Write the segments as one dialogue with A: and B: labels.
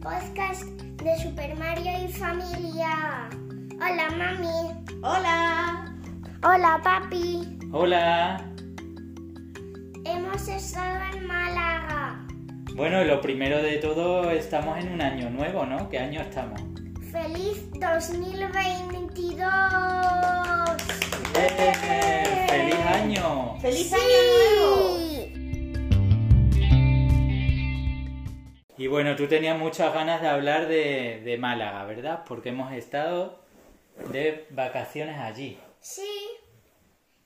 A: podcast de Super Mario y familia. Hola mami.
B: Hola.
A: Hola papi.
C: Hola.
A: Hemos estado en Málaga.
C: Bueno, lo primero de todo, estamos en un año nuevo, ¿no? ¿Qué año estamos?
A: Feliz 2022.
C: ¡Eh! ¡Feliz año!
B: Feliz
A: Sí.
B: año nuevo.
C: Y bueno, tú tenías muchas ganas de hablar de, de Málaga, ¿verdad? Porque hemos estado de vacaciones allí.
A: Sí.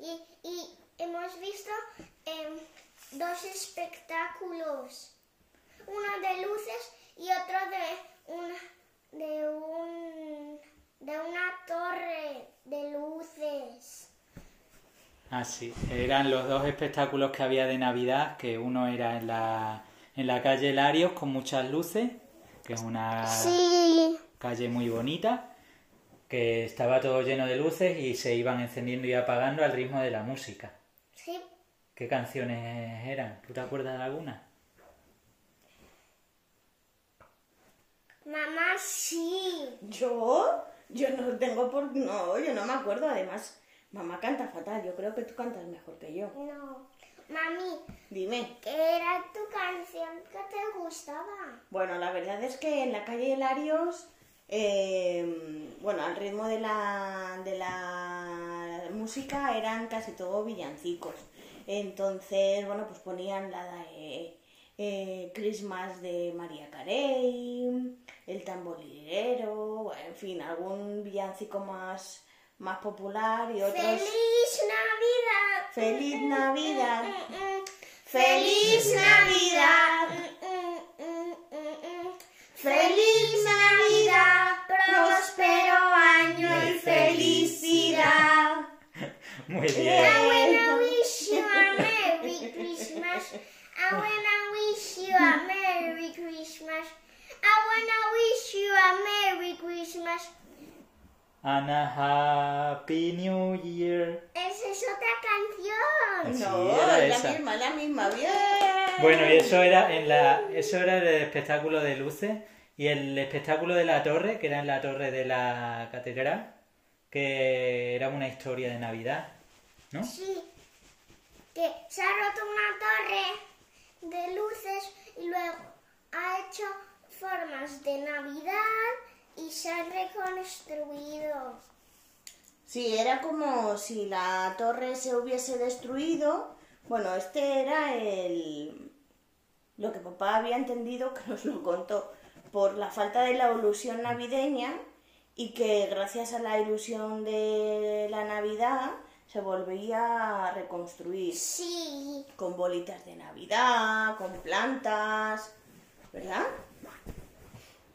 A: Y, y hemos visto em, dos espectáculos. Uno de luces y otro de una de un de una torre de luces.
C: Ah, sí. Eran los dos espectáculos que había de Navidad, que uno era en la, en la calle Larios con muchas luces, que es
B: Ah.
C: una
A: Sí.
C: calle muy bonita, que estaba todo lleno de luces y se iban encendiendo y apagando al ritmo de la música.
A: Sí.
C: ¿Qué canciones eran? ¿Tú te acuerdas de alguna?
A: Mamá sí.
B: ¿Yo? Yo no tengo por... No, yo no me acuerdo. Además, mamá canta fatal. Yo creo que tú cantas mejor que yo.
A: No. Mami,
B: Dime.
A: ¿qué era tu canción que te gustaba?
B: Bueno, la verdad es que en la calle Larios, eh, bueno, al ritmo de la, de la música eran casi todo villancicos. Entonces, bueno, pues ponían la de eh, Christmas de María Carey, el tamborilero, en fin, algún villancico más, más popular y otros...
A: ¡Feliz Navidad! Mm,
B: ¡Feliz Navidad!
A: ¡Feliz Navidad! ¡Feliz Navidad! ¡Próspero año y felicidad!
C: Muy
A: I
C: bien.
A: wanna wish you a Merry Christmas. I wanna wish you a Merry Christmas. I wanna wish you a Merry Christmas.
C: And a Happy New Year.
A: Esa es otra canción.
C: Sí,
B: No,
C: era
B: la
C: esa.
B: misma, la misma, bien.
C: Bueno, y eso era en la, eso era el espectáculo de luces y el espectáculo de la torre, que era en la torre de la catedral, que era una historia de Navidad, ¿no?
A: Sí, que se ha roto una torre de luces y luego ha hecho formas de Navidad y se ha reconstruido.
B: Sí, era como si la torre se hubiese destruido. Bueno, este era el lo que papá había entendido que nos lo contó por la falta de la ilusión navideña y que gracias a la ilusión de la Navidad se volvía a reconstruir
A: Sí,
B: con bolitas de Navidad, con plantas, ¿verdad?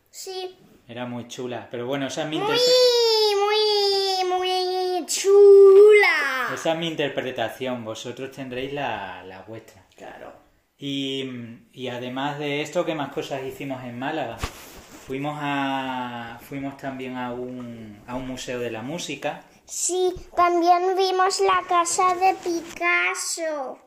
A: sí,
C: Era muy chula, pero bueno, esa es mi,
A: muy,
C: interpre-
A: muy, muy chula.
C: esa es mi interpretación, vosotros tendréis la, la vuestra.
B: Claro.
C: Y, y además de esto, ¿qué más cosas hicimos en Málaga? Fuimos, a, fuimos también a un, a un museo de la música.
A: Sí, también vimos la casa de Picasso.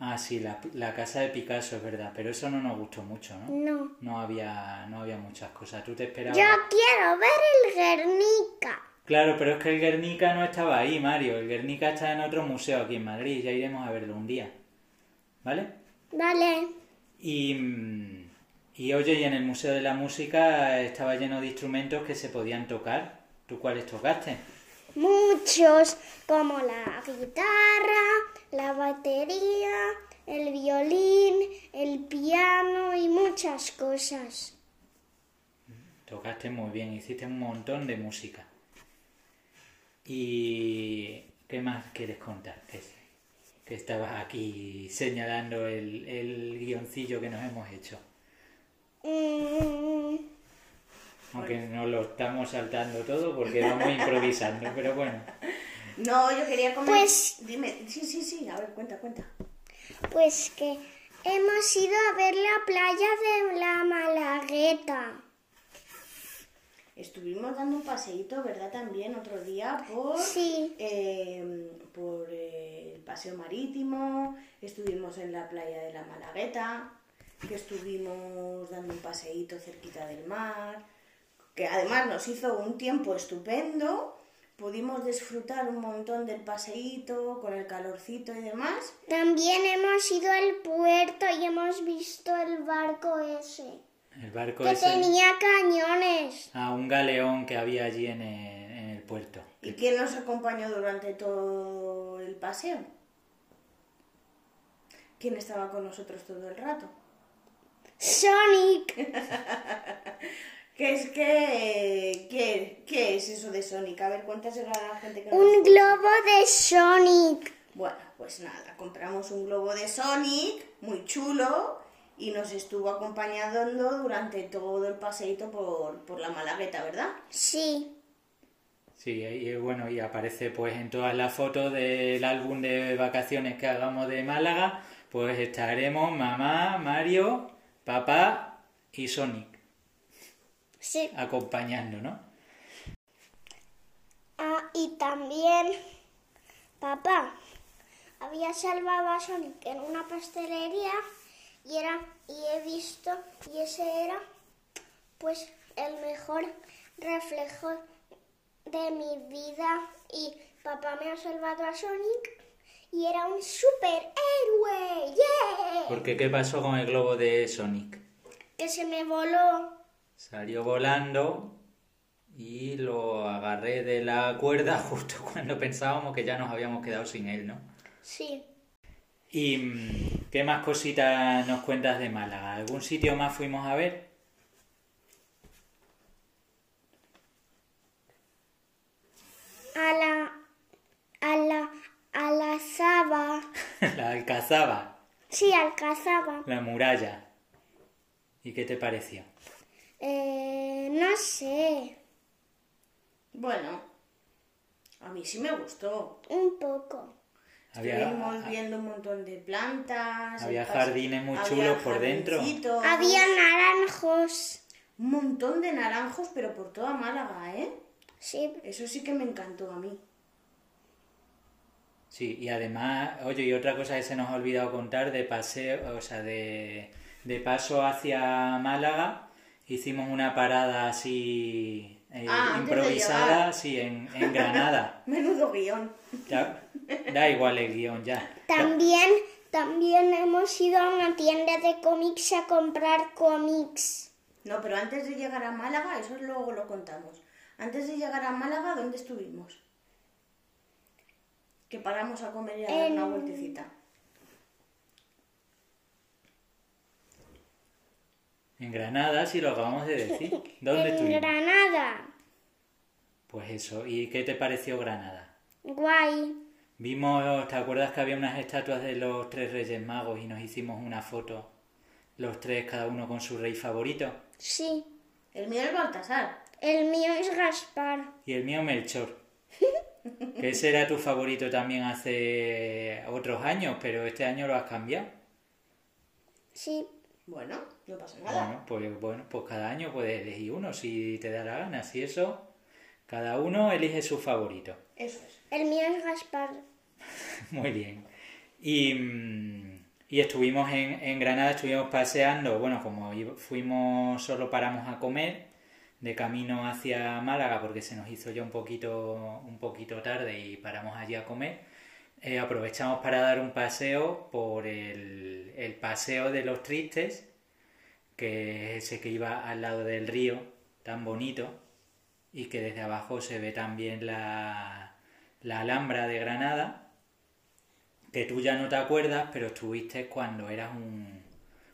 C: Ah, sí, la, la casa de Picasso, es verdad, pero eso no nos gustó mucho, ¿no?
A: No.
C: No había, no había muchas cosas. Tú te esperabas.
A: Yo quiero ver el Guernica.
C: Claro, pero es que el Guernica no estaba ahí, Mario. El Guernica está en otro museo aquí en Madrid. Ya iremos a verlo un día. ¿Vale?
A: Vale.
C: Y, mm, y oye, y en el Museo de la Música estaba lleno de instrumentos que se podían tocar. ¿Tú cuáles tocaste?
A: Muchos, como la guitarra, la batería, el violín, el piano y muchas cosas.
C: Tocaste muy bien, hiciste un montón de música. ¿Y qué más quieres contar? Que, que estabas aquí señalando el, el guioncillo que nos hemos hecho.
A: Mm,
C: Aunque no lo estamos saltando todo porque vamos improvisando, pero bueno.
B: No, yo quería comer.
A: Pues-
B: dime, sí, sí, sí, a ver, cuenta, cuenta.
A: pues que hemos ido a ver la playa de la Malagueta.
B: Estuvimos dando un paseíto, ¿verdad? También otro día por,
A: Sí.
B: eh, por eh, el paseo marítimo, estuvimos en la playa de la Malagueta, que estuvimos dando un paseíto cerquita del mar, que además nos hizo un tiempo estupendo, pudimos disfrutar un montón del paseíto con el calorcito y demás.
A: También hemos ido al puerto y hemos visto el barco ese.
C: El barco
A: Que
C: ese.
A: tenía cañones.
C: A un galeón que había allí en el, en el puerto.
B: ¿Y quién nos acompañó durante todo el paseo? ¿Quién estaba con nosotros todo el rato?
A: Sonic.
B: ¿Qué es que eh, qué, qué es eso de Sonic? A ver, cuéntaselo a la gente que no
A: Un
B: escucha.
A: globo de Sonic.
B: Bueno, pues nada, compramos un globo de Sonic, muy chulo, y nos estuvo acompañando durante todo el paseíto por, por la Malagueta, ¿verdad?
A: Sí.
C: Sí, y eh, bueno, y aparece pues en todas las fotos del álbum de vacaciones que hagamos de Málaga, pues estaremos mamá, Mario, papá y Sonic
A: Sí.
C: acompañando, ¿no?
A: Ah, y también, papá, había salvado a Sonic en una pastelería y era, y he visto, y ese era, pues, el mejor reflejo de mi vida. Y papá me ha salvado a Sonic y era un superhéroe, ¡yeah!
C: Porque ¿qué pasó con el globo de Sonic?
A: Que se me voló.
C: Salió volando y lo agarré de la cuerda justo cuando pensábamos que ya nos habíamos quedado sin él, ¿no?
A: Sí.
C: ¿Y mm, qué más cositas nos cuentas de Málaga? ¿Algún sitio más fuimos a ver?
A: A la, a la, a la Saba.
C: La Alcazaba.
A: Sí, alcazaba.
C: La muralla. ¿Y qué te pareció?
A: Eh, no sé,
B: Bueno, a mí sí me gustó.
A: un poco.
B: Estuvimos
C: Había,
B: viendo un montón de plantas.
C: había
B: el pas-
C: jardines muy
B: había
C: chulos por dentro.
B: jardincitos,
A: Había naranjos.
B: Un montón de naranjos, pero por toda Málaga, ¿eh?
A: Sí,
B: Eso sí que me encantó a mí.
C: sí, y además, oye, y otra cosa que se nos ha olvidado contar, de paseo, o sea, de, de paso hacia Málaga, hicimos una parada así eh,
B: Ah, antes de
C: improvisada,
B: llegar.
C: sí, en, en Granada.
B: Menudo guión.
C: Ya- da igual el guión, ya.
A: también, también hemos ido a una tienda de cómics a comprar cómics.
B: No, pero antes de llegar a Málaga, eso luego lo contamos. Antes de llegar a Málaga, ¿dónde estuvimos? Que paramos a comer y a dar una
A: En-
B: vueltecita.
C: En Granada, si lo acabamos de decir. ¿Dónde
A: en
C: estuvimos?
A: Granada.
C: Pues eso, ¿y qué te pareció Granada?
A: Guay.
C: Vimos, ¿te acuerdas que había unas estatuas de los tres reyes magos y nos hicimos una foto? Los tres, cada uno con su rey favorito.
A: Sí.
B: El mío es Baltasar.
A: El mío es Gaspar.
C: Y el mío Melchor. Que ese era tu favorito también hace otros años, pero este año lo has cambiado.
A: Sí.
B: Bueno, no pasa nada.
C: Bueno, pues, bueno, pues cada año puedes elegir uno si te da la gana. Si eso, cada uno elige su favorito.
B: Eso es.
A: El mío es Gaspar.
C: Muy bien. Y, mm, y estuvimos en, en Granada, estuvimos paseando, bueno, como iba- fuimos, solo paramos a comer de camino hacia Málaga porque se nos hizo ya un poquito, un poquito tarde y paramos allí a comer. eh, aprovechamos para dar un paseo por el, el paseo de los tristes, que es ese que iba al lado del río, tan bonito, y que desde abajo se ve también la, la Alhambra de Granada que tú ya no te acuerdas, pero estuviste cuando eras un,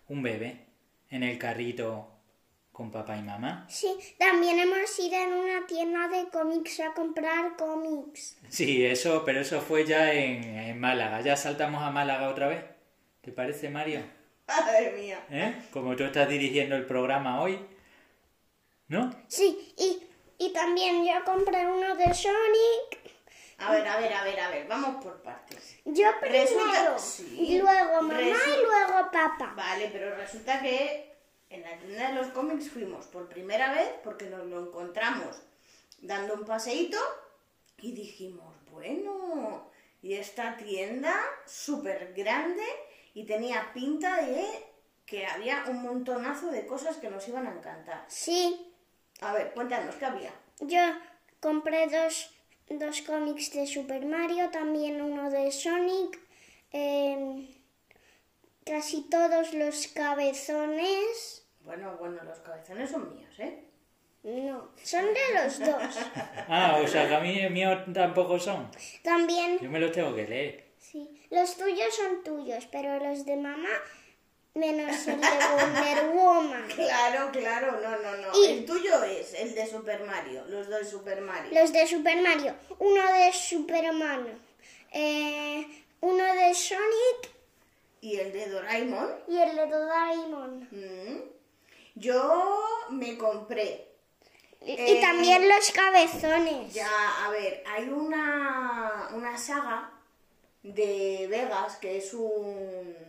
C: un bebé en el carrito con papá y mamá.
A: Sí, también hemos ido en una tienda de cómics a comprar cómics.
C: Sí, eso, pero eso fue ya en, en Málaga. Ya saltamos a Málaga otra vez. ¿Te parece, Mario?
B: Madre mía.
C: ¿Eh? Como tú estás dirigiendo el programa hoy. ¿No?
A: Sí, y, y también yo compré uno de Sonic.
B: A ver, a ver, a ver, a ver. Vamos por partes.
A: Yo primero,
B: Resulta- sí.
A: y luego mamá
B: Resu-
A: y luego papá.
B: Vale, pero resulta que en la tienda de los cómics fuimos por primera vez porque nos lo encontramos dando un paseíto y dijimos, bueno, y esta tienda súper grande y tenía pinta de que había un montonazo de cosas que nos iban a encantar.
A: Sí,
B: A ver, cuéntanos, ¿qué había?
A: yo compré dos, dos cómics de Super Mario, también uno de Sonic, em, casi todos los cabezones.
B: Bueno, bueno, los cabezones son míos, ¿eh?
A: No, son de los dos.
C: Ah, o sea, que a mí míos tampoco son.
A: También
C: Yo me los tengo que leer.
A: Sí, los tuyos son tuyos, pero los de mamá, menos el de Wonder Woman.
B: Claro, claro, no, no, no.
A: Y-
B: El tuyo es el de Super Mario, los dos Super Mario.
A: Los de Super Mario, uno de Superman, eh, uno de Sonic
B: Y el de Doraemon.
A: y el de Doraemon.
B: mm, Yo me compré
A: Y, y
B: Eh,
A: también los cabezones.
B: Ya, a ver, hay una, una saga de Vegas que es un.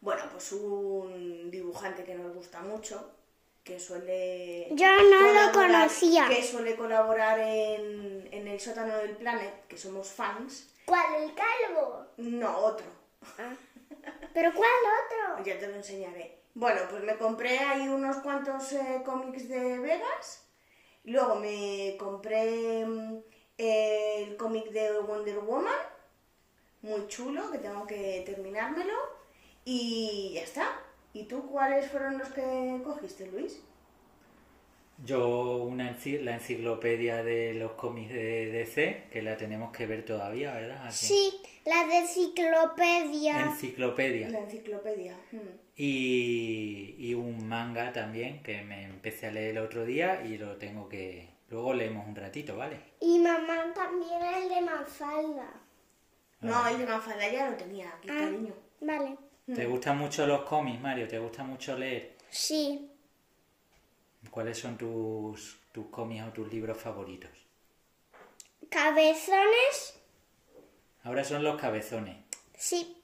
B: Bueno, pues un dibujante que nos gusta mucho, que suele.
A: Yo no lo
B: colaborar-
A: conocía.
B: Que suele colaborar en, en el sótano del Planet, que somos fans.
A: ¿Cuál? ¿El calvo?
B: No, otro.
A: ¿Pero cuál otro?
B: Ah, Ya te lo enseñaré. Bueno, pues me compré ahí unos cuantos eh, cómics de Vegas. Luego me compré mm, el cómic de Wonder Woman. Muy chulo, que tengo que terminármelo. Y ya está. ¿Y tú cuáles fueron los que cogiste, Luis?
C: Yo una enci- la enciclopedia de los cómics de DC, que la tenemos que ver todavía, ¿verdad? Aquí.
A: Sí, la de enciclopedia.
C: Enciclopedia.
B: La enciclopedia. Mm.
C: Y, y un manga también, que me empecé a leer el otro día y lo tengo que... Luego leemos un ratito, ¿vale?
A: Y mamá también el de Manfalda.
B: No, el de Mafalda ya lo tenía
A: Ah.
B: aquí, cariño.
A: Vale.
C: ¿Te gustan mucho los cómics, Mario? ¿Te gusta mucho leer?
A: Sí.
C: ¿Cuáles son tus, tus cómics o tus libros favoritos?
A: Cabezones.
C: Ahora son los cabezones.
A: Sí.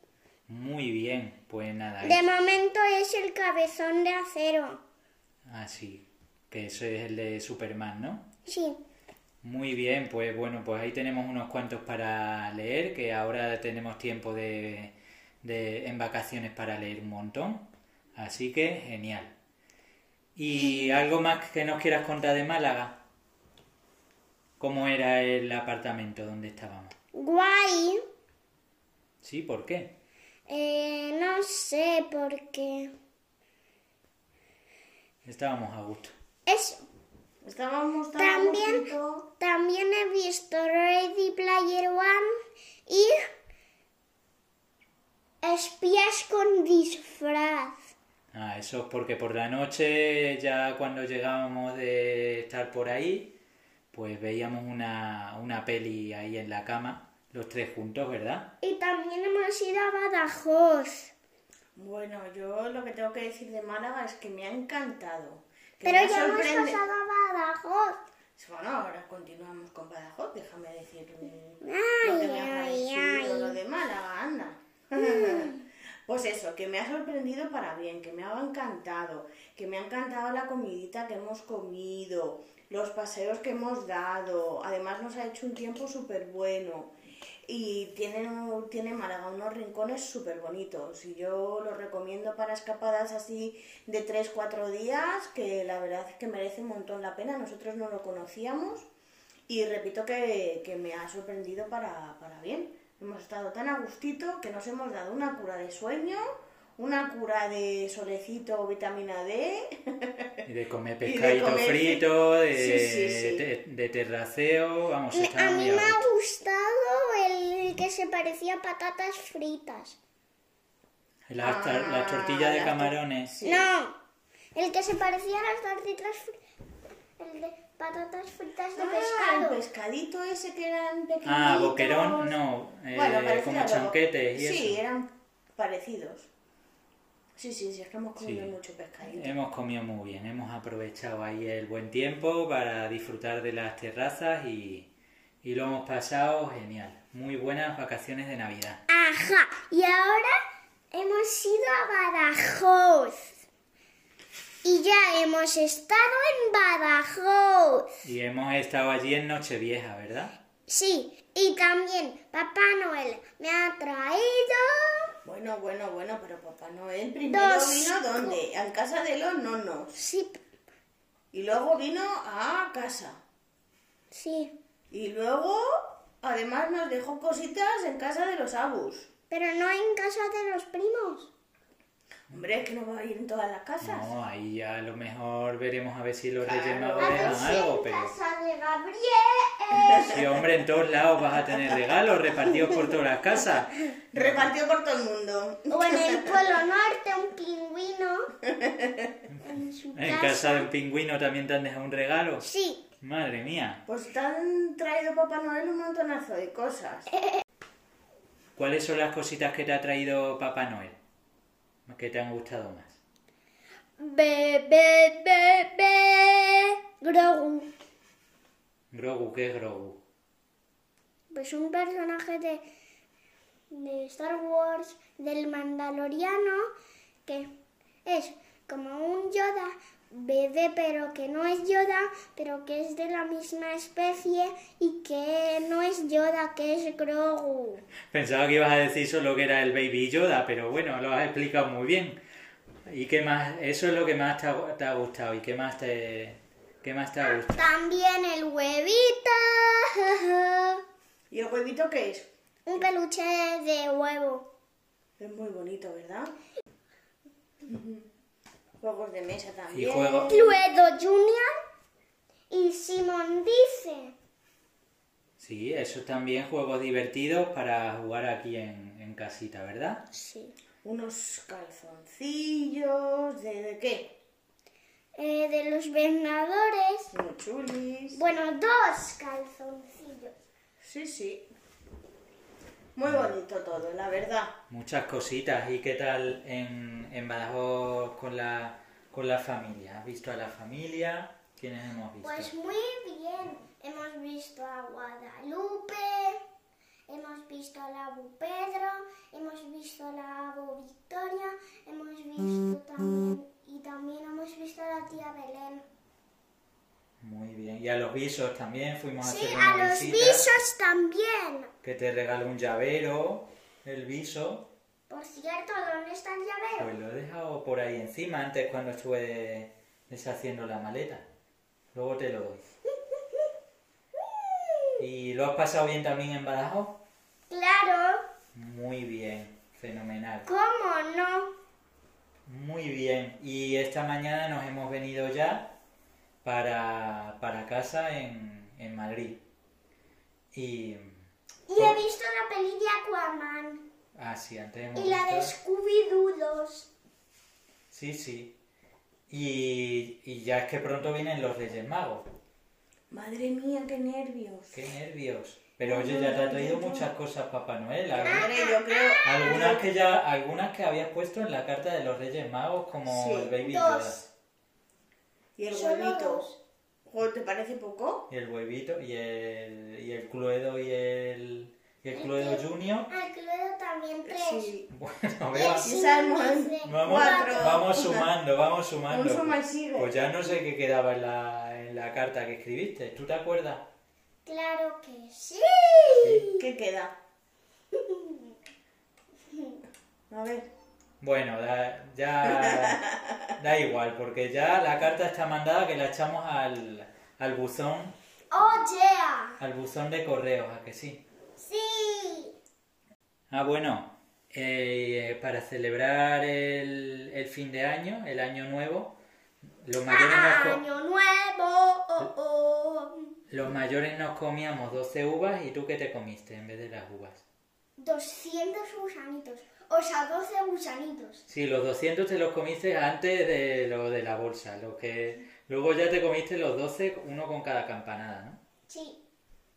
C: Muy bien, pues nada.
A: De momento es el cabezón de acero.
C: Así, que ese es el de Superman, ¿no?
A: Sí.
C: Muy bien, pues bueno, pues ahí tenemos unos cuantos para leer, que ahora tenemos tiempo de, de- en vacaciones para leer un montón, así que genial. ¿Y algo más que nos quieras contar de Málaga? ¿Cómo era el apartamento donde estábamos?
A: Guay.
C: Sí, ¿por qué?
A: Eh, no sé por qué.
C: Estábamos a gusto.
A: Es,
B: Estábamos tan a
A: También-
B: gustito.
A: también he visto Ready Player One y espías con disfraz.
C: Ah, eso es porque por la noche, ya cuando llegábamos de estar por ahí, pues veíamos una, una peli ahí en la cama, los tres juntos, ¿verdad?
A: Y también hemos ido a Badajoz.
B: Bueno, yo lo que tengo que decir de Málaga es que me ha encantado. Que
A: Pero
B: me
A: ya hemos
B: sorprende-
A: pasado a Badajoz.
B: Bueno, ahora continuamos con Badajoz, déjame decir mm, lo que
A: Ay,
B: me ha
A: ay,
B: parecido lo
A: ay. Mm.
B: de Málaga, anda. Pues eso, que me ha sorprendido para bien, que me ha encantado, que me ha encantado la comidita que hemos comido, los paseos que hemos dado, además nos ha hecho un tiempo súper bueno y tiene, un- tiene Málaga unos rincones súper bonitos y yo los recomiendo para escapadas así de 3-4 días, que la verdad es que merece un montón la pena, nosotros no lo conocíamos y repito que, que me ha sorprendido para, para bien. Hemos estado tan a gustito que nos hemos dado una cura de sueño, una cura de solecito, vitamina D.
C: Y de comer
B: de
C: pescadito
B: comer-
C: frito, de,
B: Sí, sí, sí.
C: de- de terraceo, vamos,
A: Me- a
C: estábamos
A: mí
C: ya
A: me ha gustado el que se parecía a patatas fritas.
C: Las, tor-
B: Ah,
C: las tortillas de
B: las tor-
C: camarones.
B: Sí.
A: No, el que se parecía a las tortitas fri- el de patatas fritas de
B: Ah,
A: pescado.
B: el pescadito ese que eran pequeñitos.
C: Ah, boquerón, no, eh,
B: parecía
C: como
B: algo.
C: chanquetes y
B: Sí,
C: eso.
B: eran parecidos. Sí, sí, sí, es que hemos comido
C: Sí.
B: mucho pescadito.
C: Hemos comido muy bien, hemos aprovechado ahí el buen tiempo para disfrutar de las terrazas y, y lo hemos pasado genial. Muy buenas vacaciones de Navidad.
A: Ajá, y ahora hemos ido a Badajoz. Y ya hemos estado en Badajoz.
C: Y hemos estado allí en Nochevieja, ¿verdad?
A: Sí, y también Papá Noel me ha traído
B: Bueno, bueno, bueno, pero Papá Noel primero
A: Dos.
B: vino ¿dónde? ¿A casa de los nonos.
A: Sí,
B: Y luego vino a casa.
A: sí.
B: Y luego, además, nos dejó cositas en casa de los abus.
A: Pero no en casa de los primos.
B: Hombre, es que no va a ir en todas las casas.
C: No, ahí ya a lo mejor veremos a ver si los Reyes
B: Claro.
C: Magos
A: A
B: Pero
A: ver
C: dejan
A: si
C: Eh, algo,
A: en
C: pero...
A: casa de Gabriel.
C: Sí, hombre, en todos lados vas a tener regalos repartidos por todas las casas.
B: Repartió por todo el mundo.
A: O en el Polo Norte, un pingüino. En su
C: En casa del pingüino también te han dejado un regalo.
A: Sí,
C: Madre mía.
B: Pues te han traído Papá Noel un montonazo de cosas.
C: ¿Cuáles son las cositas que te ha traído Papá Noel? Que te han gustado más.
A: Bebé, bebé, Grogu.
C: Grogu, ¿qué es Grogu?
A: Pues un personaje de, de Star Wars, del Mandaloriano, que es como un Yoda bebé, pero que no es Yoda, pero que es de la misma especie y que no es Yoda, que es Grogu.
C: Pensaba que ibas a decir solo que era el Baby Yoda, pero bueno, lo has explicado muy bien. ¿Y qué más? Eso es lo que más te ha, te ha gustado. ¿Y qué más te, qué más te ha gustado?
A: También el huevito.
B: ¿Y el huevito qué es?
A: Un peluche de huevo.
B: Es muy bonito, ¿verdad? Juegos de mesa
C: Y
B: también.
C: juego.
A: Cluedo Junior y Simon dice.
C: Sí, eso también juegos divertidos para jugar aquí en, en casita, ¿verdad?
A: Sí.
B: Unos calzoncillos de, de qué?
A: Eh, de los Vengadores.
B: Unos chulis.
A: Bueno, dos calzoncillos.
B: Sí, sí. Muy bonito todo, la verdad.
C: Muchas cositas. ¿Y qué tal en, en Badajoz con la, con la familia? ¿Has visto a la familia? ¿Quiénes hemos visto?
A: Pues muy bien. Hemos visto a Guadalupe, hemos visto al abu Pedro, hemos visto a la abu Victoria, hemos visto también y también hemos visto a la tía Belén.
C: Muy bien. Y a los visos también fuimos a
A: Ah, Sí,
C: hacer
A: a
C: una
A: los
C: visita.
A: visos también.
C: Que te regaló un llavero, el viso.
A: Por cierto, ¿dónde está el llavero?
C: Pues lo he dejado por ahí encima antes cuando estuve deshaciendo la maleta. Luego te lo doy. ¿Y lo has pasado bien también en Badajoz?
A: Claro,
C: Muy bien, fenomenal.
A: ¿cómo no?
C: Muy bien, y esta mañana nos hemos venido ya para, para casa en, en Madrid. Y.
A: Y he visto la peli de Aquaman
C: Ah, sí, antes hemos
A: y la de
C: visto-
A: Scooby-Doo 2.
C: Sí, sí. Y, y ya es que pronto vienen los Reyes Magos.
B: Madre mía, qué nervios.
C: ¡Qué nervios! Pero oye, ya te ha traído muchas cosas Papá Noel. Algu-
B: Madre, yo creo.
C: Algunas que ya, algunas que habías puesto en la carta de los Reyes Magos, como
B: Sí,
C: el Baby
A: dos.
C: Yoda.
B: Y el
A: Solo
B: huevito.
A: dos.
B: Jo, ¿Te parece poco?
C: Y el huevito, y el, y el Cluedo y el, y el
A: El
C: Cluedo
A: que-
C: Junior.
A: Al Cluedo también tres.
B: Sí.
C: Bueno,
A: Tres,
C: vea,
B: Sí, sabemos.
A: dice.
C: vamos,
B: Cuatro.
C: vamos sumando, vamos sumando.
B: Un suma y sigue.
C: Pues ya no sé qué quedaba en la, en la carta que escribiste, ¿tú te acuerdas?
A: Claro que sí.
B: ¿Qué queda? A ver.
C: Bueno, da, ya da igual, porque ya la carta está mandada que la echamos al, al buzón,
A: Oh yeah.
C: al buzón de correos, ¿a que sí?
A: Sí.
C: Ah, bueno, eh, para celebrar el, el fin de año, el año nuevo, los mayores, nos co-
A: Ah, Año nuevo. Oh, oh.
C: los mayores nos comíamos 12 uvas y tú qué te comiste en vez de las uvas.
A: 200 gusanitos. O sea, 12 gusanitos.
C: Sí, los 200 te los comiste antes de lo de la bolsa, lo que luego ya te comiste los 12, uno con cada campanada, ¿no?
A: Sí.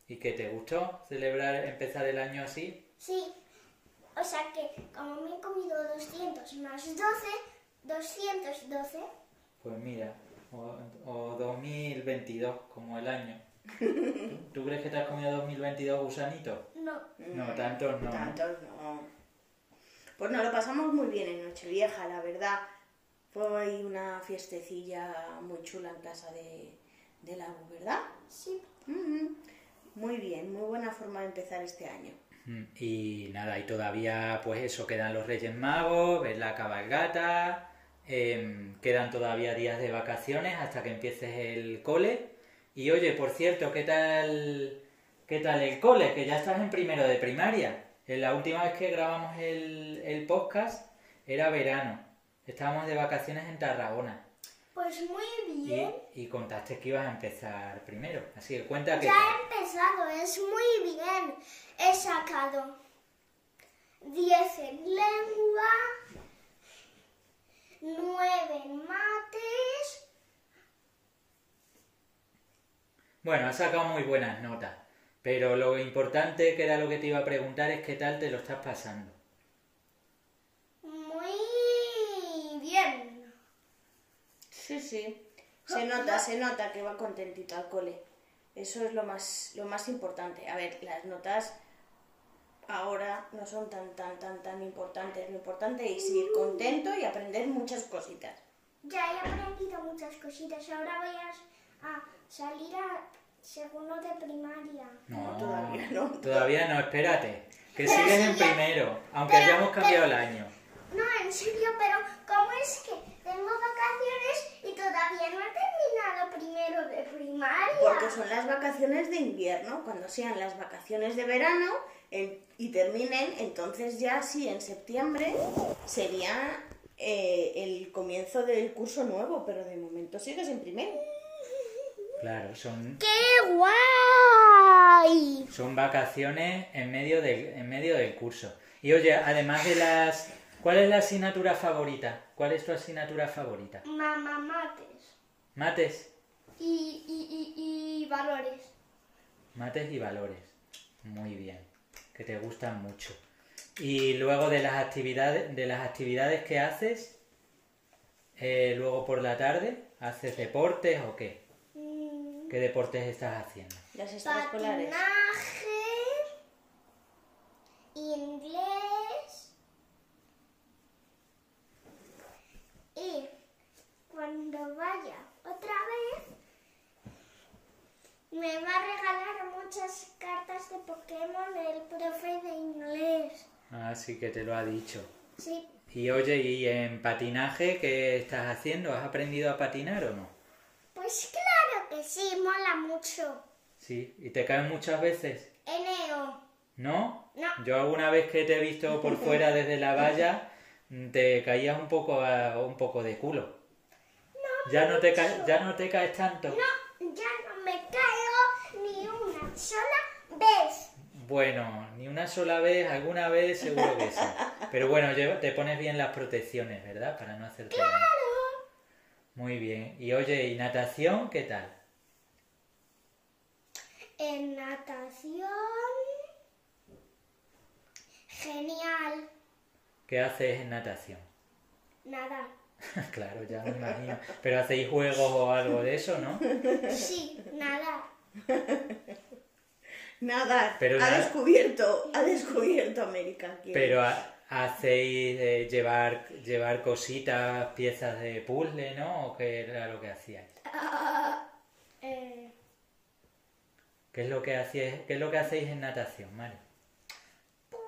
C: ¿Y qué te gustó celebrar, empezar el año así?
A: Sí. O sea que como me he comido 200 más 12, 212.
C: Pues mira, o, o 2022 como el año. ¿Tú crees que te has comido 2022 gusanitos?
A: No.
C: No, tantos no.
B: Tantos no. Pues nos lo pasamos muy bien en Nochevieja, la verdad. Fue ahí una fiestecilla muy chula en casa de, de la abu, ¿verdad? Mm-hmm.
A: Sí.
B: Mhm. Muy bien, muy buena forma de empezar este año.
C: Mm, Y nada, y todavía, pues eso, quedan los Reyes Magos, ves la cabalgata, em, quedan todavía días de vacaciones hasta que empieces el cole. Y oye, por cierto, ¿qué tal, qué tal el cole? Que ya estás en primero de primaria. En la última vez que grabamos el, el podcast era verano. Estábamos de vacaciones en Tarragona.
A: Pues muy
C: Y,
A: bien.
C: y contaste que ibas a empezar primero. Así que cuenta que...
A: Ya he empezado, es muy bien. He sacado 10 en lengua, 9 en mates.
C: Bueno, has sacado muy buenas notas, pero lo importante que era lo que te iba a preguntar es qué tal te lo estás pasando.
A: Muy bien.
B: Sí, sí. Se nota, se nota que va contentito al cole. Eso es lo más, lo más importante. A ver, las notas ahora no son tan, tan, tan, tan importantes. Lo importante es ir contento y aprender muchas cositas.
A: Ya he aprendido muchas cositas. Ahora voy a, a salir a segundo de primaria.
C: No,
B: todavía no.
C: Todavía no, espérate, que
A: Pero
C: sigues
A: si
C: en
A: ya-
C: primero, aunque
A: pero-
C: hayamos cambiado el
A: pero-
C: año.
A: No, en serio, pero ¿cómo es que tengo vacaciones y todavía no he terminado primero de primaria?
B: Porque son las vacaciones de invierno. Cuando sean las vacaciones de verano en- y terminen, entonces ya sí, en septiembre sería eh, el comienzo del curso nuevo, pero de momento sigues en primero.
C: Claro, son,
A: ¡Qué guay!
C: son vacaciones en medio, del, en medio del curso. Y oye, además de las... ¿Cuál es la asignatura favorita? ¿Cuál es tu asignatura favorita?
A: Mamá mates
C: Mates,
A: y, y, y, y valores.
C: mates y valores. Muy bien, que te gustan mucho. Y luego de las actividades, de las actividades que haces, eh, luego por la tarde, ¿haces deportes o qué?
A: Mm,
C: ¿Qué deportes estás haciendo?
B: Las extraescolares.
A: Patinaje, inglés y cuando vaya otra vez me va a regalar muchas cartas de Pokémon el profe de inglés.
C: Así Ah, que te lo ha dicho.
A: Sí,
C: Y oye, ¿y en patinaje qué estás haciendo? ¿Has aprendido a patinar o no?
A: pues claro que sí, mola mucho.
C: Sí, ¿y te caen muchas veces?
A: Eneo.
C: ¿No?
A: No.
C: Yo alguna vez que te he visto por fuera desde la valla, mm, te caías un poco, a- un poco de culo. ya, no te ca- ya no te caes tanto.
A: No, ya no me caigo ni una sola vez.
C: Bueno, ni una sola vez, alguna vez seguro que sí. Pero bueno, lleva- te pones bien las protecciones, ¿verdad? Para no hacerte daño. Muy bien. Y oye, ¿y natación qué tal?
A: En natación. Genial.
C: ¿Qué haces en natación?
A: Nada.
C: claro, ya me imagino. Pero hacéis juegos o algo de eso, ¿no?
A: Sí, nada.
B: Nada,
C: Pero
B: ha
C: nada.
B: descubierto, ha descubierto América. ¿quién?
C: Pero ha- hacéis eh, llevar, llevar cositas, piezas de puzzle, ¿no? ¿O qué era lo que hacíais?
A: Eh,
C: ¿Qué es lo que hacíais, qué es lo que hacéis en natación, Mari?
A: pues.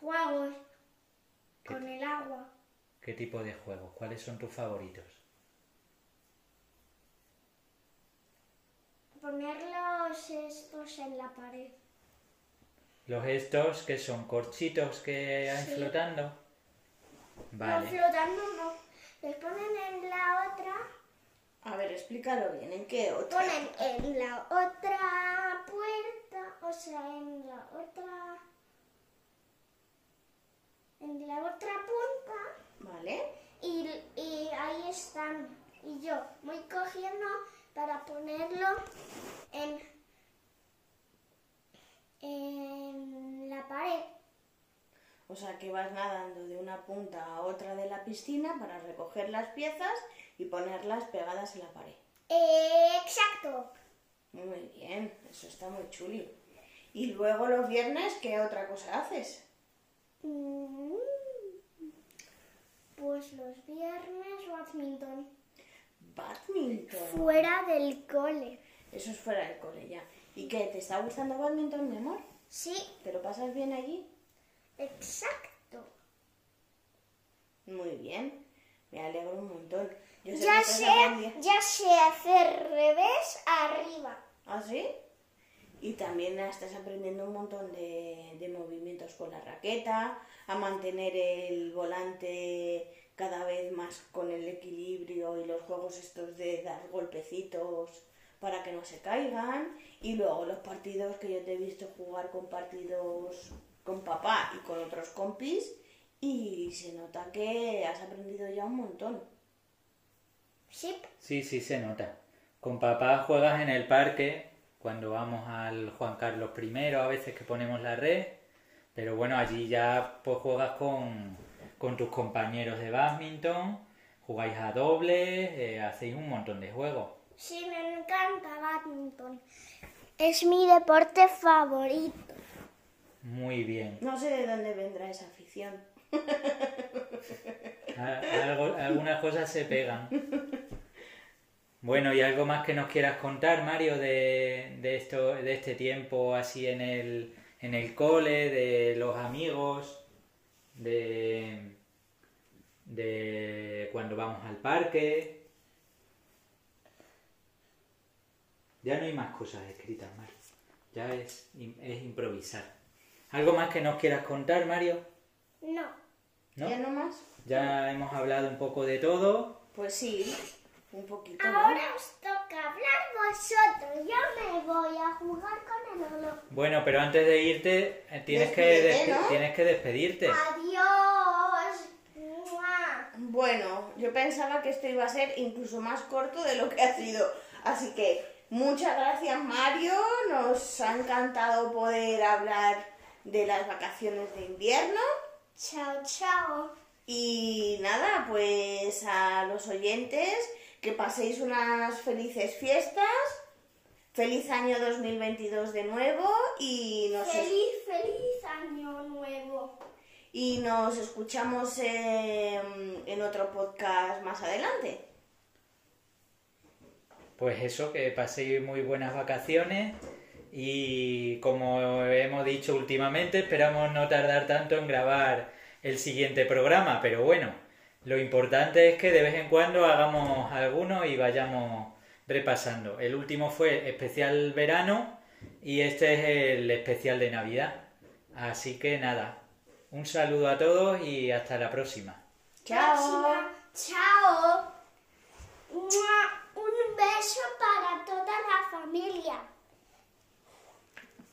A: Juegos. Con el agua.
C: ¿Qué tipo de juegos? ¿Cuáles son tus favoritos?
A: Ponerlos estos en la pared.
C: Los estos que son corchitos que hay
A: Sí.
C: flotando.
A: No
C: Vale.
A: flotando, no. Les ponen en la otra.
B: A ver, explícalo bien, ¿en qué otra?
A: ponen en la otra puerta, o sea, en la otra. En la otra punta,
B: ¿Vale?
A: y, y ahí están. Y yo voy cogiendo para ponerlo en. en la pared.
B: O sea, que vas nadando de una punta a otra de la piscina para recoger las piezas y ponerlas pegadas en la pared.
A: Eh, exacto.
B: Muy bien, eso está muy chuli. Y luego los viernes, ¿qué otra cosa haces?
A: Mm. Pues los viernes badminton.
B: Badminton.
A: Fuera del cole.
B: Eso es fuera del cole ya. ¿Y qué? ¿Te está gustando badminton, mi amor?
A: Sí,
B: ¿Te lo pasas bien allí?
A: exacto.
B: Muy bien. Me alegro un montón. Yo sé
A: Ya
B: que
A: sé,
B: estás aprendiendo-
A: ya sé hacer revés arriba.
B: ¿Ah, sí? Y también estás aprendiendo un montón de, de movimientos con la raqueta, a mantener el volante cada vez más con el equilibrio y los juegos estos de dar golpecitos para que no se caigan. Y luego los partidos que yo te he visto jugar con partidos con papá y con otros compis. Y se nota que has aprendido ya un montón.
A: Sí,
C: Sí, sí, se nota. Con papá juegas en el parque, cuando vamos al Juan Carlos I, a veces que ponemos la red, pero bueno, allí ya pues juegas con, con tus compañeros de bádminton, jugáis a dobles, eh, hacéis un montón de juegos.
A: sí, me encanta badminton. Es mi deporte favorito.
C: Muy bien.
B: No sé de dónde vendrá esa afición.
C: A- algo- algunas cosas se pegan. Bueno, ¿y algo más que nos quieras contar, Mario, de, de esto, de este tiempo así en el, en el cole, de los amigos, de, de cuando vamos al parque? Ya no hay más cosas escritas, Mario. Ya es, es improvisar. ¿Algo más que nos quieras contar, Mario?
A: No,
C: ¿No?
B: ¿Ya no más?
C: Ya hemos hablado un poco de todo.
B: Pues sí, un poquito. ¿no?
A: ahora os toca hablar vosotros. Yo me voy a jugar con el reloj.
C: Bueno, pero antes de irte, eh, tienes, que,
B: Despídete,
C: despe-
B: ¿no?
C: tienes que despedirte.
A: Adiós. Mua.
B: Bueno, yo pensaba que esto iba a ser incluso más corto de lo que ha sido. Así que muchas gracias Mario, nos ha encantado poder hablar de las vacaciones de invierno.
A: Chao, chao.
B: Y nada, pues a los oyentes, que paséis unas felices fiestas. Feliz año 2022 de nuevo y nos
A: Feliz, feliz año nuevo.
B: Y nos escuchamos em, en otro podcast más adelante.
C: Pues eso, que paséis muy buenas vacaciones y como hemos dicho últimamente, esperamos no tardar tanto en grabar el siguiente programa, pero bueno, lo importante es que de vez en cuando hagamos alguno y vayamos repasando. El último fue especial verano y este es el especial de Navidad. Así que nada, un saludo a todos y hasta la próxima.
B: Chao.
A: Próxima. Chao. Mua. Un beso para toda la familia.